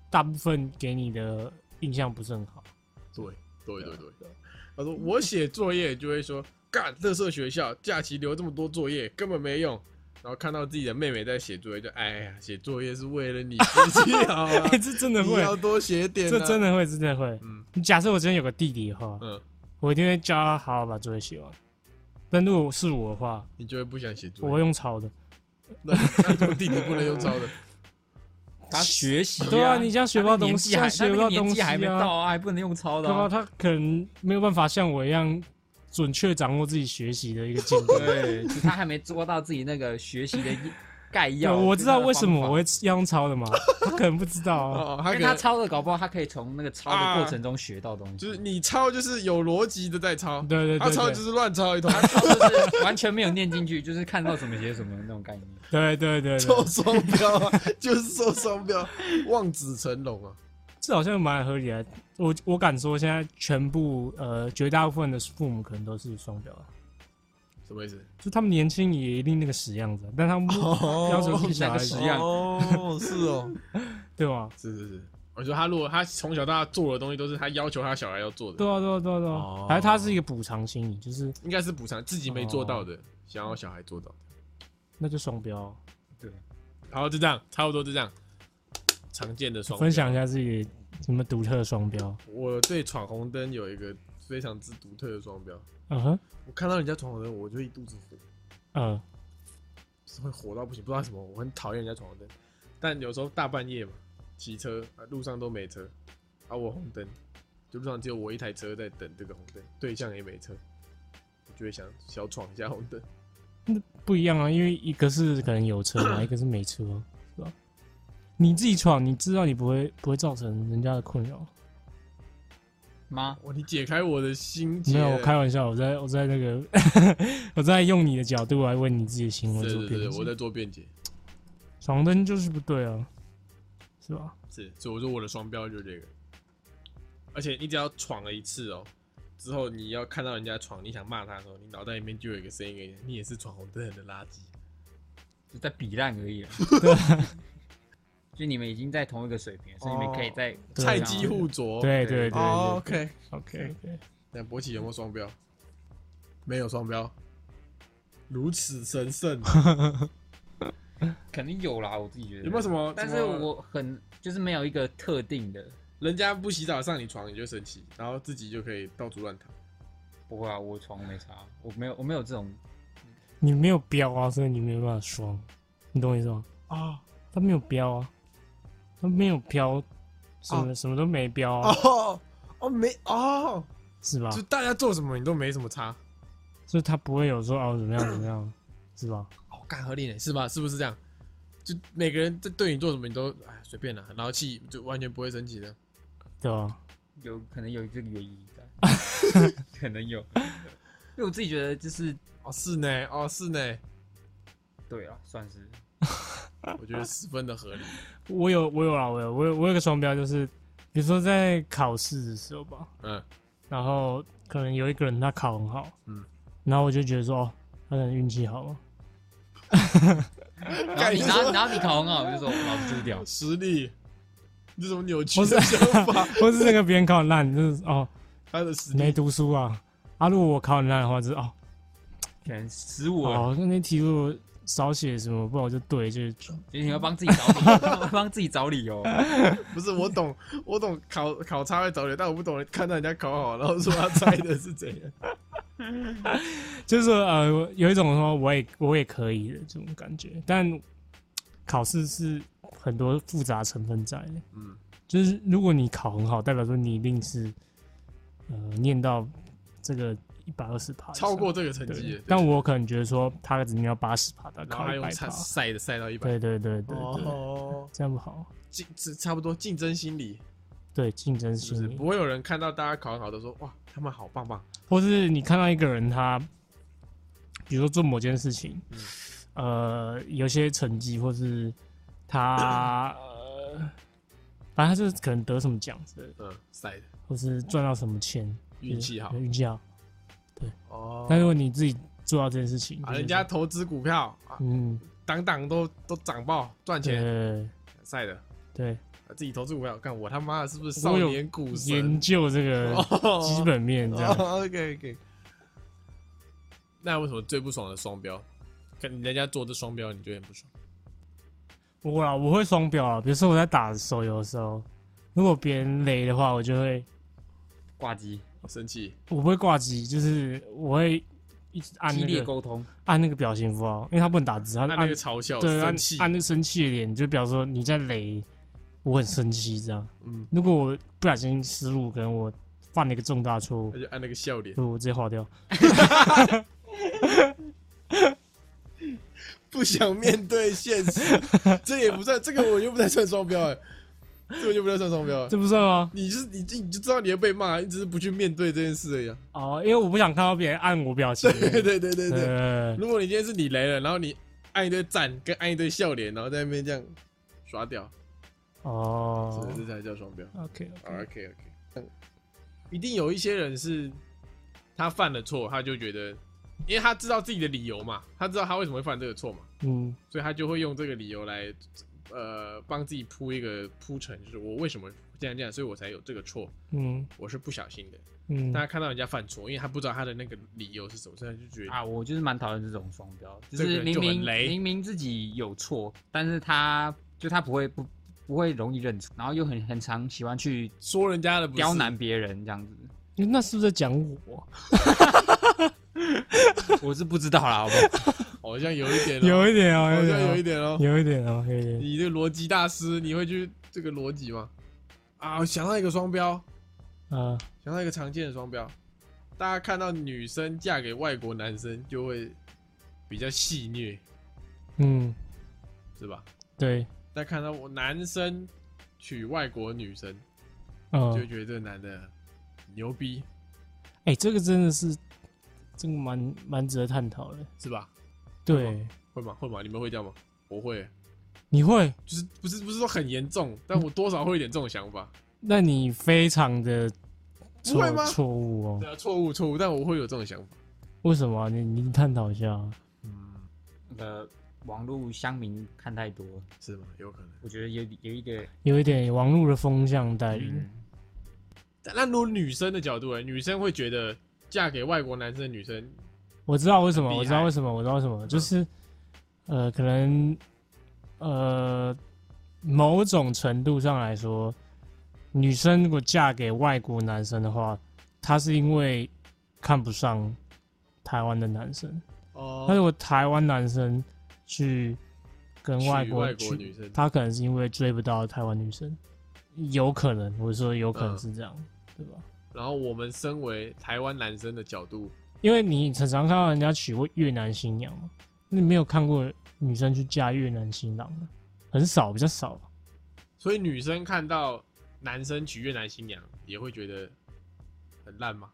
大部分给你的印象不是很好。
对对
啊
对对。他说我写作业就会说干，乐色学校假期留这么多作业根本没用。然后看到自己的妹妹在写作业，就哎呀，写作业是为了你自己好啊
哎、， [LAUGHS] 这真的
你
会，
要多写点、啊。
这真的会，真的会。
嗯
你假设我真的有个弟弟的话，
嗯，
我一定会教他好好把作业写完。但如果是我的话，
你就会不想写作
我
业。
会用抄的。
那那怎么弟弟不能用抄
[LAUGHS]
的？
她学习、
对啊，你这样学不到
她
东
那个年
西，
纪
这
还
样学不
她那
到
个年
东
纪
西
还没
啊。
到啊，还不能用抄的、
对啊，
啊。
他可能没有办法像我一样准确掌握自己学习的一个进度。
[LAUGHS] 对，就她还没做到自己那个学习的概
对
要。
我知道
跟她的
为什么
方法
我会要用抄的嘛，他可能不知道
[LAUGHS]
啊。
哦，他
因
可
为他
能啊
抄的，搞不好他可以从那个抄的过程中学到东西。
就是你抄就是有逻辑的在
哦
抄，
对对对
他抄
对
就是乱抄一通， [LAUGHS]
他 [LAUGHS] 抄就是完全没有念进去，就是看到什么写什么的那种概念。
对对对对
受，双标啊， [LAUGHS] 就是受双标，望子成龙啊。
这好像蛮合理的。我我敢说，现在全部呃绝大部分的父母可能都是双标，啊
什么意思？
就他们年轻也一定那个死样子，啊但他们不
哦
要求自己小孩
那个
子
死样
哦，是哦，
对吧？
是是是。我说他如果他从小到大做的东西都是他要求他小孩要做的，
对啊对啊对啊对啊
哦，
还是他是一个补偿心理，就是
应该是补偿自己没做
哦
到的，想要小孩做到。
那就双标。
好，就这样，差不多就这样。常见的双标
分享一，下自己什么独特的双标。
我对闯红灯有一个非常之独特的双标。
嗯哼，
我看到人家闯红灯，我就一肚子火。
嗯，
是会火到不行，不知道为什么，我很讨厌人家闯红灯。但有时候大半夜嘛，骑车啊，路上都没车，啊，我红灯，就路上只有我一台车在等这个红灯，对象也没车，我就会想小闯一下红灯。
不一样啊，因为一个是可能有车
[COUGHS]
嘛，一个是没车，是吧？你自己闯，你知道你不会不会造成人家的困扰。
[LAUGHS] 妈，
哇，哦你解开我的心结
没
了。
有，我开玩笑，我在我在那个， [LAUGHS] 我在用你的角度来为你自己的行为
对
做
对
辩
对，
解
我在做辩解，
闯灯就是不对啊，是吧？
是，所以我说我的双标就是这个。而且你只要闯了一次哦，之后你要看到人家闯，你想骂他的时候，你脑袋里面就有一个声音给你，你也是闯红灯的垃圾。
就在比烂
[LAUGHS]
而已了。就你们已经在同一个水平了，所以你们可以
哦
在
对啊
菜鸡互啄。
对
对
对对对
哦，OK。
，OK，
那博奇有没有双标？没有双标，如此神
[LAUGHS]
圣，
肯定有啦，我自己觉得
有没有什？么？
但
什
是
么
我很就是没有一个特定的，
人家不洗澡上你床，你就生气，然后自己就可以到处乱躺。
不会啊，我床没差，我没有我没有这种，
你没有标啊，所以你没有办法双，你懂我意思吗？
哦
啊，他没有标啊，他没有标，什么、什么都没标啊，
哦哦没哦，
是吧？
就大家做什么你都没什么差，
所以他不会有说哦怎么
[COUGHS]
样怎么样，是吧？
哦，干合理呢是吧？是不是这样？就每个人在对你做什么你都哎随便啦，然后气就完全不会生气的。
对啊吧？
有可能有这个原因在，
[LAUGHS]
可能有，因为我自己觉得就是
哦是呢，哦是呢，
对啊，算是
我觉得十分的合理。
我有我有啊，我有我有我有个双标，就是比如说在考试的时候吧，
嗯，
然后可能有一个人他考很好，
嗯，
然后我就觉得说，哦，他可能运气好嘛，啊
然后你然后然后你考很好，我就说我把猪掉。
实力，你怎么扭曲的想法？
[LAUGHS] 或是那个别人考很烂，就是哦
他的实
没
力，
读书啊，啊，如果我考很烂的话，就是哦
[LAUGHS] 可能十五，
哦，那那题如果少写什么，不然我就对，就是
你要帮自己找理由， [LAUGHS] 帮自己找理由。
不是我懂，我懂考考差会找你，但我不懂看到人家考好，然后说他猜的是怎
[LAUGHS]
样。
就是说呃有一种说我也我也可以的这种感觉，但考试是很多复杂成分在的，
嗯，
就是如果你考很好，代表说你一定是呃念到这个一百二十趴以上，
超过这个成绩
对
了，，
但我可能觉得说他只念到八十趴，他
然后
考
他
一
用
百
赛
趴，
赛的赛到一百，
对对对对对，
哦，
这样不好。
竞这差不多竞争心理
对竞争
是不是
心理，
不会有人看到大家考好的说哇他们好棒棒，
或是你看到一个人他，比如说做某件事情，
嗯
呃，有些成绩，或是
[COUGHS]
他呃，反正他就是可能得什么奖之类的，
嗯，赛的
或是赚到什么钱，
运气好
对运气好。
哦
但如果你自己做到这件事情，
啊
就是
人家投资股票啊，
嗯，
档档都都涨爆赚钱，
对
赛的。
对，
啊自己投资股票，干我他妈的是不是少
我有
年股神
研？究这个
哦
基本面这样。
OK OK。那为什么最不爽的双标？看人家做这双标，你觉得很不爽？
我啦，我会双标啊，比如说我在打手游的时候，如果别人雷的话，我就会
挂机，
哦
生气？
我不会挂机，就是我会一直按
激
那
烈
个
沟通，
按那个表情符号，因为他不能打字，他
那
按
那个嘲笑、
对按
生气，
按那个生气的脸，就表示说你在雷，我很生气这样。
嗯，
如果我不小心失误，可能我犯了一个重大错误
他，就按那个笑
[LAUGHS]
脸，
不，我直接划掉。
不想面对现
[LAUGHS]
实。这也不算，这个我就不太算双标哎、这个就不太算双标、欸
这不哦算吗？
你就是你，你就知道你会被骂，你只是不去面对这件事而已、啊。
哦，因为我不想看到别人按我表情。
[LAUGHS] 对对对对对。
[LAUGHS] 呃，
如果你今天是你雷了，然后你按一堆赞跟按一堆笑脸，然后在那边这样刷掉，
哦
这这才叫双标。
，OK，
OK OK，一定有一些人是他犯了错，他就觉得，因为他知道自己的理由嘛，他知道他为什么会犯这个错嘛，
嗯，
所以他就会用这个理由来，呃，帮自己铺一个铺陈，就是我为什么这样这样，所以我才有这个错，
嗯
我是不小心的。
嗯
大，家看到人家犯错，因为他不知道他的那个理由是什么，所以他就觉得
啊，我就是蛮讨厌这种双标，就
这
是
个
明
就很
明
雷
明明自己有错，但是他就他不会不不会容易认错，然后又很很常喜欢去
说人家的不是
刁难别人这样子。
那是不是在讲我？
[LAUGHS] 我是不知道啦，好不 [LAUGHS] 好？
好像有一点、哦，
有一点哦，
好像有一
点
点哦
哦，。有一点哦，有一点。
你这个逻辑大师，你会去这个逻辑吗？啊，我想到一个双标，
啊，
想到一个常见的双标，大家看到女生嫁给外国男生就会比较戏虐，
嗯，
是吧？
对，
但看到我男生娶外国女生，
嗯
就，会觉得这个男的牛逼，
哎、这个真的是，这个蛮蛮值得探讨的。
是吧？
对，
会吗？会吗？你们会这样吗？我会，
你会，
就是不是不是说很严重，但我多少会有点这种想法。
那你非常的
不会
错
吗
错误哦
对。啊，错误错误，但我会有这种想法。
为什么啊、你你探讨一下啊。
嗯，
呃，网络乡民看太多，
是吗？有可能。
我觉得有有一点，
有一点网络的风向带领。
嗯，
但那如果女生的角度呢？女生会觉得嫁给外国男生的女生，
我知道为什么，
很厉害嗯
我知道为什么，我知道为什么，就是呃，可能呃，某种程度上来说，女生如果嫁给外国男生的话，她是因为看不上台湾的男生。
哦
那如果台湾男生去跟
娶
外国
外国
去
女生
他可能是因为追不到台湾女生，有可能，我说有可能
嗯
是这样，对吧？
然后我们身为台湾男生的角度，
因为你常常看到人家娶过越南新娘嘛，那你没有看过女生去嫁越南新郎吗？很少，比较少。
所以女生看到男生娶越南新娘，也会觉得很烂吗？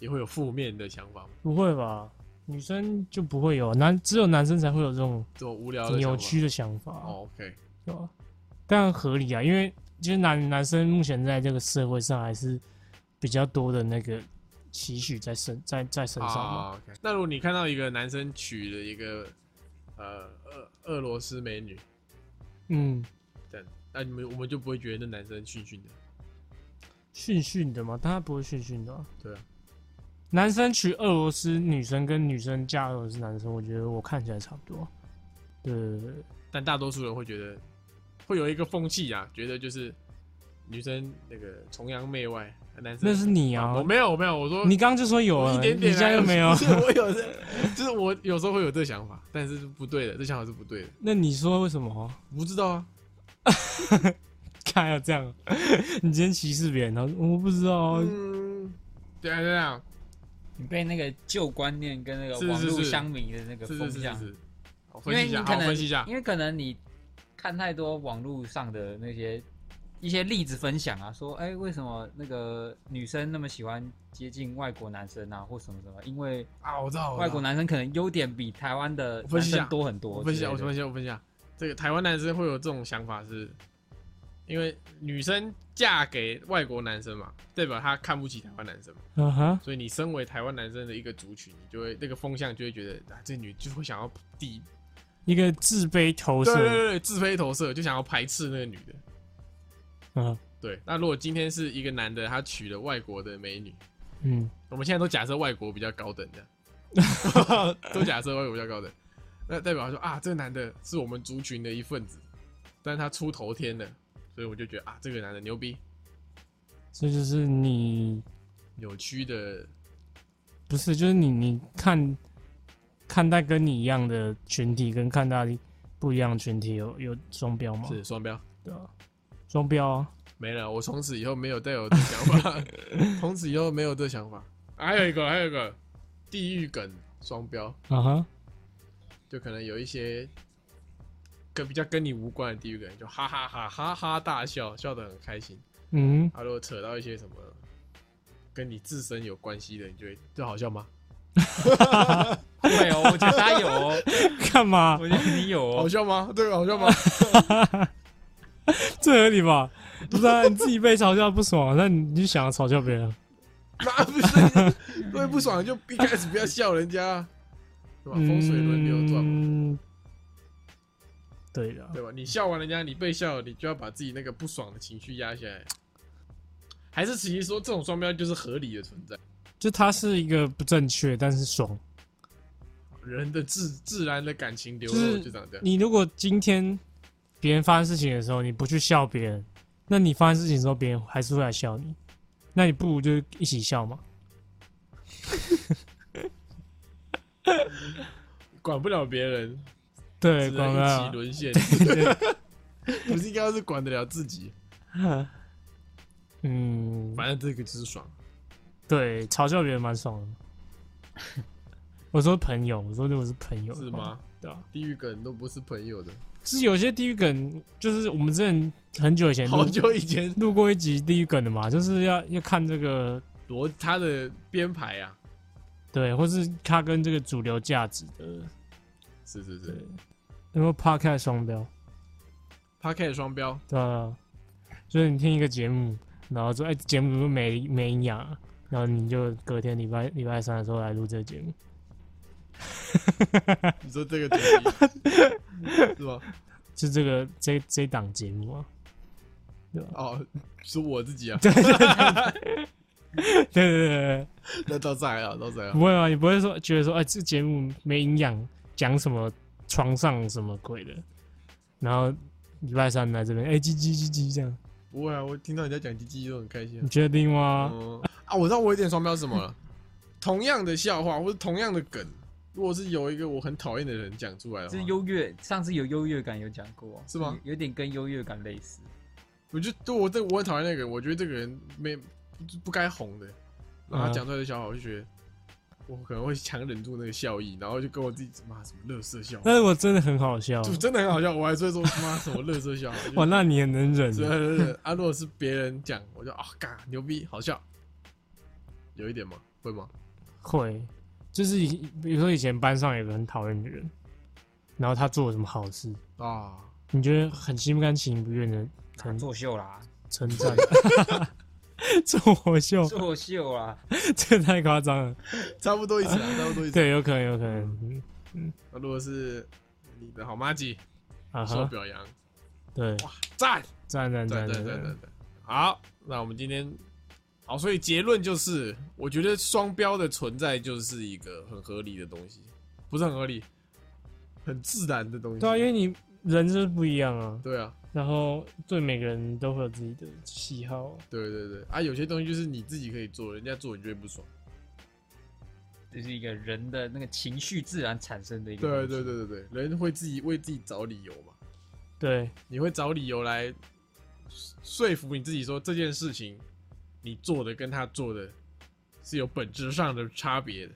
也会有负面的想法吗？
不会吧？女生就不会有男，只有男生才会有这种
这种无聊的想法
扭曲的想法，啊
哦，OK，
对吧？当然合理啊，因为就是男男生目前在这个社会上还是比较多的那个期许在身在在身上嘛。
啊、o k 那如果你看到一个男生娶了一个呃俄俄罗斯美女，
嗯，
这样，那你们我们就不会觉得那男生逊逊的，
训训的嘛，但他不会训训的啊、
对啊，
男生娶俄罗斯女生跟女生嫁俄罗斯男生，我觉得我看起来差不多。对对对对
但大多数人会觉得会有一个风气啊，觉得就是女生那个崇洋媚外，男生
那是你
啊
啊
我，没有我没有，我说
你刚刚就说有
我
啊，
一点点、啊，
你现在又没有
[LAUGHS] 不。是我有的，就是我有时候会有这个想法，但是是不对的，这想法是不对的，
[LAUGHS] 那你说为什么？
不知道啊，
看要这样， [LAUGHS] 你今天歧视别人，然后我不知道
哦
啊，
嗯，对啊对啊，
你被那个旧观念跟那个
是
网
是
络
是
乡民的那个
是是
风
是
向
是，是，好
因
分
为
析一
你
下，
可
好
能
分析一下，
因为可能你看太多网络上的那些一些例子分享啊，说哎、为什么那个女生那么喜欢接近外国男生啊，或什么什么？因为
啊，我知道，我知道
外国男生可能优点比台湾的
我
男
分析一下
生多很多
我
之
分
类
析一
的。
下，我分析一下，我分析一下，这个台湾男生会有这种想法是，因为女生嫁给外国男生嘛，代表他看不起台湾男生嘛，
嗯哼，
所以你身为台湾男生的一个族群，你就会那个风向就会觉得啊，这女就会想要抵，
一个自卑投
对对
射，
对对，自非投射，就想要排斥那个女的。
嗯
对，那如果今天是一个男的，他娶了外国的美女，
嗯，
我们现在都假设外国比较高等的，都假设外国比较高等，那代表说啊，这个男的是我们族群的一份子，但是他出头天了，所以我就觉得啊，这个男的牛逼，
这就是你
扭曲的，
不是，就是你你看看待跟你一样的群体跟看待不一样的群体有有双标吗？
是双标。
对啊，双标啊，
没了，我从此以后没有再有这想法，从此以后没有这想法。还有一个，还有一个地域梗双标，
啊哈，
就可能有一些跟比较跟你无关的地域梗，就哈哈哈哈哈大笑，笑得很开心。
嗯，
他如果扯到一些什么跟你自身有关系的，你就会这好笑吗？
对哦，我
[LAUGHS]
觉得他有哦，
[LAUGHS] 干嘛？
我觉得你有
好
哦。
笑啊吗？这个好笑吗？
这合理吧？不是、啊、你自己被嘲笑不爽，啊那你就想要嘲笑别人，啊
妈不是， [LAUGHS] 对不爽就一开始不要笑人家，啊对吧？风水轮流转嘛，
嗯，对的，
[LAUGHS]
啊
对吧？你笑完人家，你被笑了，你就要把自己那个不爽的情绪压下来。还是其实说这种双标就是合理的存在，
就它是一个不正确，但是爽。
人的自自然的感情流
就
露
是
就长这样。
你如果今天别人发生事情的时候，你不去笑别人，那你发生事情的时候，别人还是会来笑你，那你不如就一起笑嘛。
管不了别人，
对，
只
广
能一起 [LAUGHS]
告。
沦
[LAUGHS]
陷。不是应该是管得了自己，
嗯，
反正这个就是爽。
对，嘲笑别人蛮爽的。 [LAUGHS] 我说朋友，我说如果是朋友的
是
话
吗？
对啊，
地狱梗都不是朋友的。
是有些地狱梗，就是我们之前很久以前
好
录
久以前，
录过一集地狱梗的嘛，就是要要看这个
罗他的编排啊，
对，或是它跟这个主流价值
嗯
的，
是是
对
是，
有没有 podcast 双标？
他开始双标，
对啊，就是你听一个节目，然后说哎节目怎么没没营养啊、然后你就隔天礼拜礼拜三的时候来录这个节目，
你说这个主题
[LAUGHS]
是吗？
就这个这这档节目啊， [LAUGHS]
哦，是我自己啊，
对对对对
那倒是还好，倒是还
对，
好，
不会啊，你不会说觉得说哎这节目没营养，讲什么床上什么鬼的，然后礼拜三来这边哎叽叽叽叽这样，
不会啊，我听到人家讲鸡鸡都很开心
你确定
啊。
吗？
嗯啊，我知道我有点双标是什么了，同样的笑话或者同样的梗，如果是有一个我很讨厌的人讲出来的话
是，优越，上次有优越感有讲过哦，
是吗
有有点跟优越感类似。
我就对我这我很讨厌那个人，我觉得这个人没不不该红的，然后他
嗯
讲出来的笑话，我就觉得我可能会强忍住那个笑意，然后就跟我自己妈什么乐色笑话，
但是我真的很好笑，
就真的很好笑，我还是会说妈什么乐色笑话，就
哇，那你也能忍
是是是啊，如果是别人讲，我就啊嘎牛逼好笑，有一点吗？会吗？
会，就是以比如说以前班上有个很讨厌的人，然后他做了什么好事，
啊，
你觉得很心不甘情不愿的，
他作秀啦，
[LAUGHS]
称赞， [LAUGHS] 这我秀，
作秀啊，
这太夸张了。
差不多意思
[LAUGHS]
啊，差不多意思。
对，有可能，有可能。嗯
那如果是你的好妈吉
啊
受
哈，
表扬，
对，
赞
赞赞
赞赞
赞
赞
赞
赞
赞，
赞。好，那我们今天好，所以结论就是，我觉得双标的存在就是一个很合理的东西，不是很合理，很自然的东西。
对啊，因为你人就是不一样啊，
对啊，
然后对每个人都会有自己的喜好，
对对对啊，有些东西就是你自己可以做，人家做你就会不爽。
这是一个人的那个情绪自然产生的一个东
对
西。
对对对对，人会自己为自己找理由嘛，
对，
你会找理由来说服你自己说这件事情你做的跟他做的是有本质上的差别的。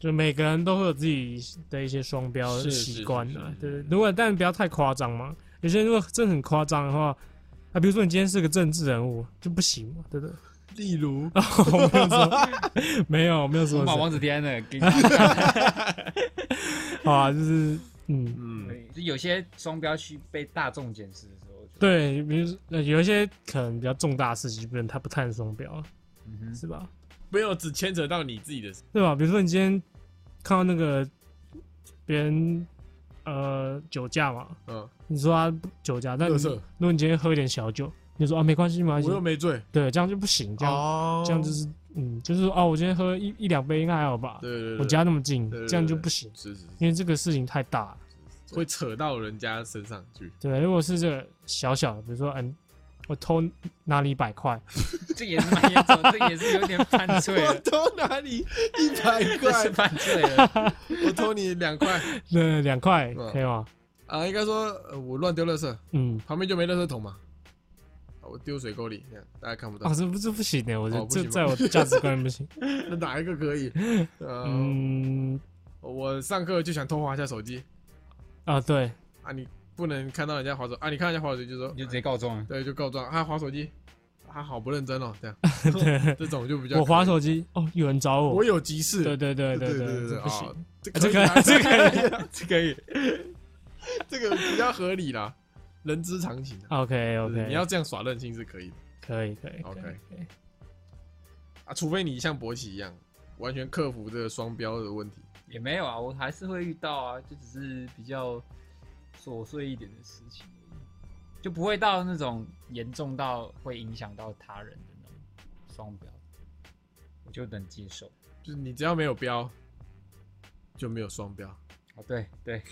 就每个人都会有自己的一些双标
是是
习惯啊
是是。
对
是，
如果但不要太夸张嘛。有些人如果真的很夸张的话，啊，比如说你今天是个政治人物就不行嘛，对不对？ [LAUGHS]
例如，
我没有说，没有没有
我
说
把
谁
王子天的给你。
[LAUGHS]
[LAUGHS]
好啊，就是嗯，
嗯，
对就有些双标去被大众检视的时候，我觉得，
对，比如说呃有一些可能比较重大的事情，不能他不看双标，
嗯哼，
是吧？
没有只牵扯到你自己的事，
对吧？比如说你今天看到那个别人呃酒驾嘛，
嗯，
你说他酒驾，但你
垃圾
如果你今天喝一点小酒，你就说啊没关系没关系
我，又没醉，
对，这样就不行，这样、
哦
这样就，是嗯，就是说哦，我今天喝一一两杯应该还好吧？
对对对，
我家那么近，
对对对
这样就不行，
是是
因为这个事情太大了。
是会扯到人家身上去，，
对，如果是这个小小的，比如说嗯，我偷哪里一百块，
这也是蛮严重，这也是有点犯罪了
偷哪里一百
这是犯罪了。
我偷你两块
那两块
嗯
可以吗？
啊，应该说呃我乱丢垃圾，
嗯，
旁边就没垃圾桶嘛，啊我丢水沟里，这样大家看不到
啊，，这不这不行的，我觉得
哦不
这
行吗
在我的价值观
[LAUGHS]
不行。
那哪一个可
[LAUGHS]
以？呃，
嗯，
我上课就想偷滑一下手机
啊，对，
啊，你不能看到人家滑手啊，你看人家滑手机就说
你就直接告状了，
对，就告状啊，滑手机，啊，好不认真哦，这
[LAUGHS]
样，这种就比较
我
可以，
划
嗯
手机，哦，有人找我
我，有急事，
对对对
对
对
对对，
这不行哎
啊，，这
这
以啊
个这个
[LAUGHS] 以啊，
这个也
这个比较合理啦，人之常情啊。
，OK
就是
OK，
你要这样耍任性是可以的
可以可以
OK
可以可以
啊，除非你像博奇一样，完全克服这个双标的问题。
也没有啊，我还是会遇到啊，就只是比较琐碎一点的事情而已，就不会到那种严重到会影响到他人的那种双标，我就能接受。
就是你只要没有标，就没有双标。
哦，对对，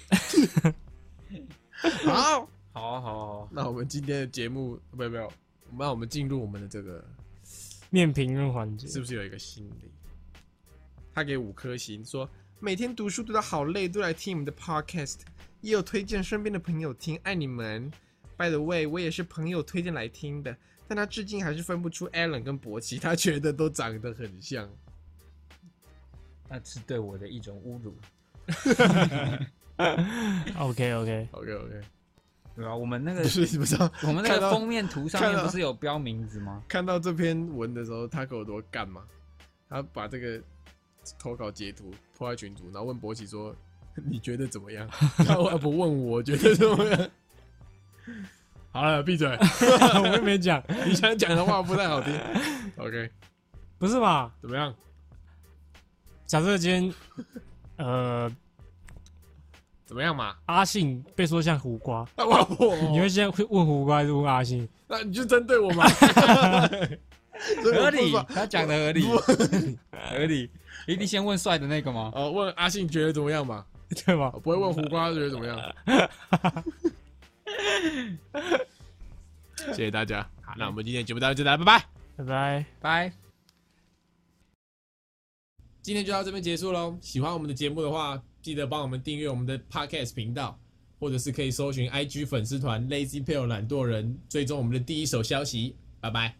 好，
好啊好啊好啊，
那我们今天的节目没有没有，那我们进入我们的这个
念评论环节
是不是有一个心理？他给五颗星，说每天读书读到好累，都来听你们的 podcast，也有推荐身边的朋友听，爱你们。By the way，我也是朋友推荐来听的，但他至今还是分不出 Alan 跟博奇，他觉得都长得很像。
那是对我的一种侮辱。
，OK OK，
OK OK，
对啊，我们那个
不是你不知道，
我们那
看
个
到
封面图上
看
面
到
不是有标名字吗？
看到这篇文的时候，他给我多干嘛？他把这个投稿截图抛在群组，然后问博奇说：“ [LAUGHS] 你觉得怎么样？” [LAUGHS] 然后不问我觉得怎么样。 [LAUGHS] 好了，闭嘴！
[LAUGHS] 我也没讲，
你想讲的话不太 [LAUGHS] 好听。OK，
不是吧？
怎么样？
假设今天，呃，
怎么样嘛？
阿信被说像胡瓜，
那我我，哦
你会先会问胡瓜还是问阿信？
那你就针对我嘛？ [LAUGHS] 所以我
合
不
理
爽，
他讲的合理，合理。一定先问帅的那个吗？
哦，问阿信觉得怎么样嘛？
对吧
哦？不会问胡瓜觉得怎么样。谢谢大家，好，那我们今天节目到这里，拜拜。
拜拜。
拜。
今天就到这边结束喽。喜欢我们的节目的话，记得帮我们订阅我们的 Podcast 频道，或者是可以搜寻 IG 粉丝团 Lazy p a l e 懒惰人，追踪我们的第一手消息。拜拜。